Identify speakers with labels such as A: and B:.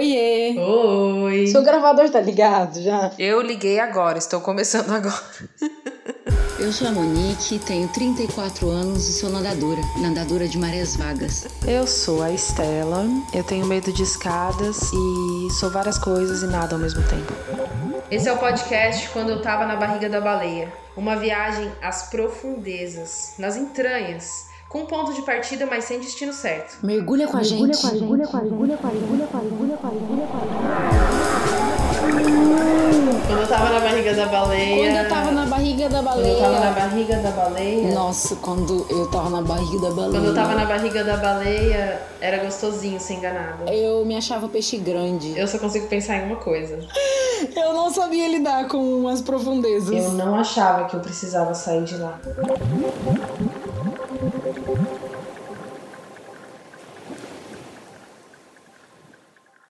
A: Oiê!
B: Oi!
A: Seu gravador tá ligado já?
B: Eu liguei agora, estou começando agora.
C: Eu sou a Monique, tenho 34 anos e sou nadadora, nadadora de marés vagas.
D: Eu sou a Estela, eu tenho medo de escadas e sou várias coisas e nada ao mesmo tempo.
B: Esse é o podcast Quando Eu Tava na Barriga da Baleia. Uma viagem às profundezas, nas entranhas, com ponto de partida, mas sem destino certo.
C: Mergulha com a gente.
B: Quando eu tava na barriga da baleia.
A: Quando eu tava na barriga da
B: Quando eu tava na
A: baleia.
B: barriga da baleia.
C: Nossa, quando eu tava na barriga da baleia.
B: Quando eu tava na barriga da baleia, era gostosinho ser enganada.
C: Eu me achava peixe grande.
B: Eu só consigo pensar em uma coisa.
C: Eu não sabia lidar com as profundezas.
B: Eu não achava que eu precisava sair de lá.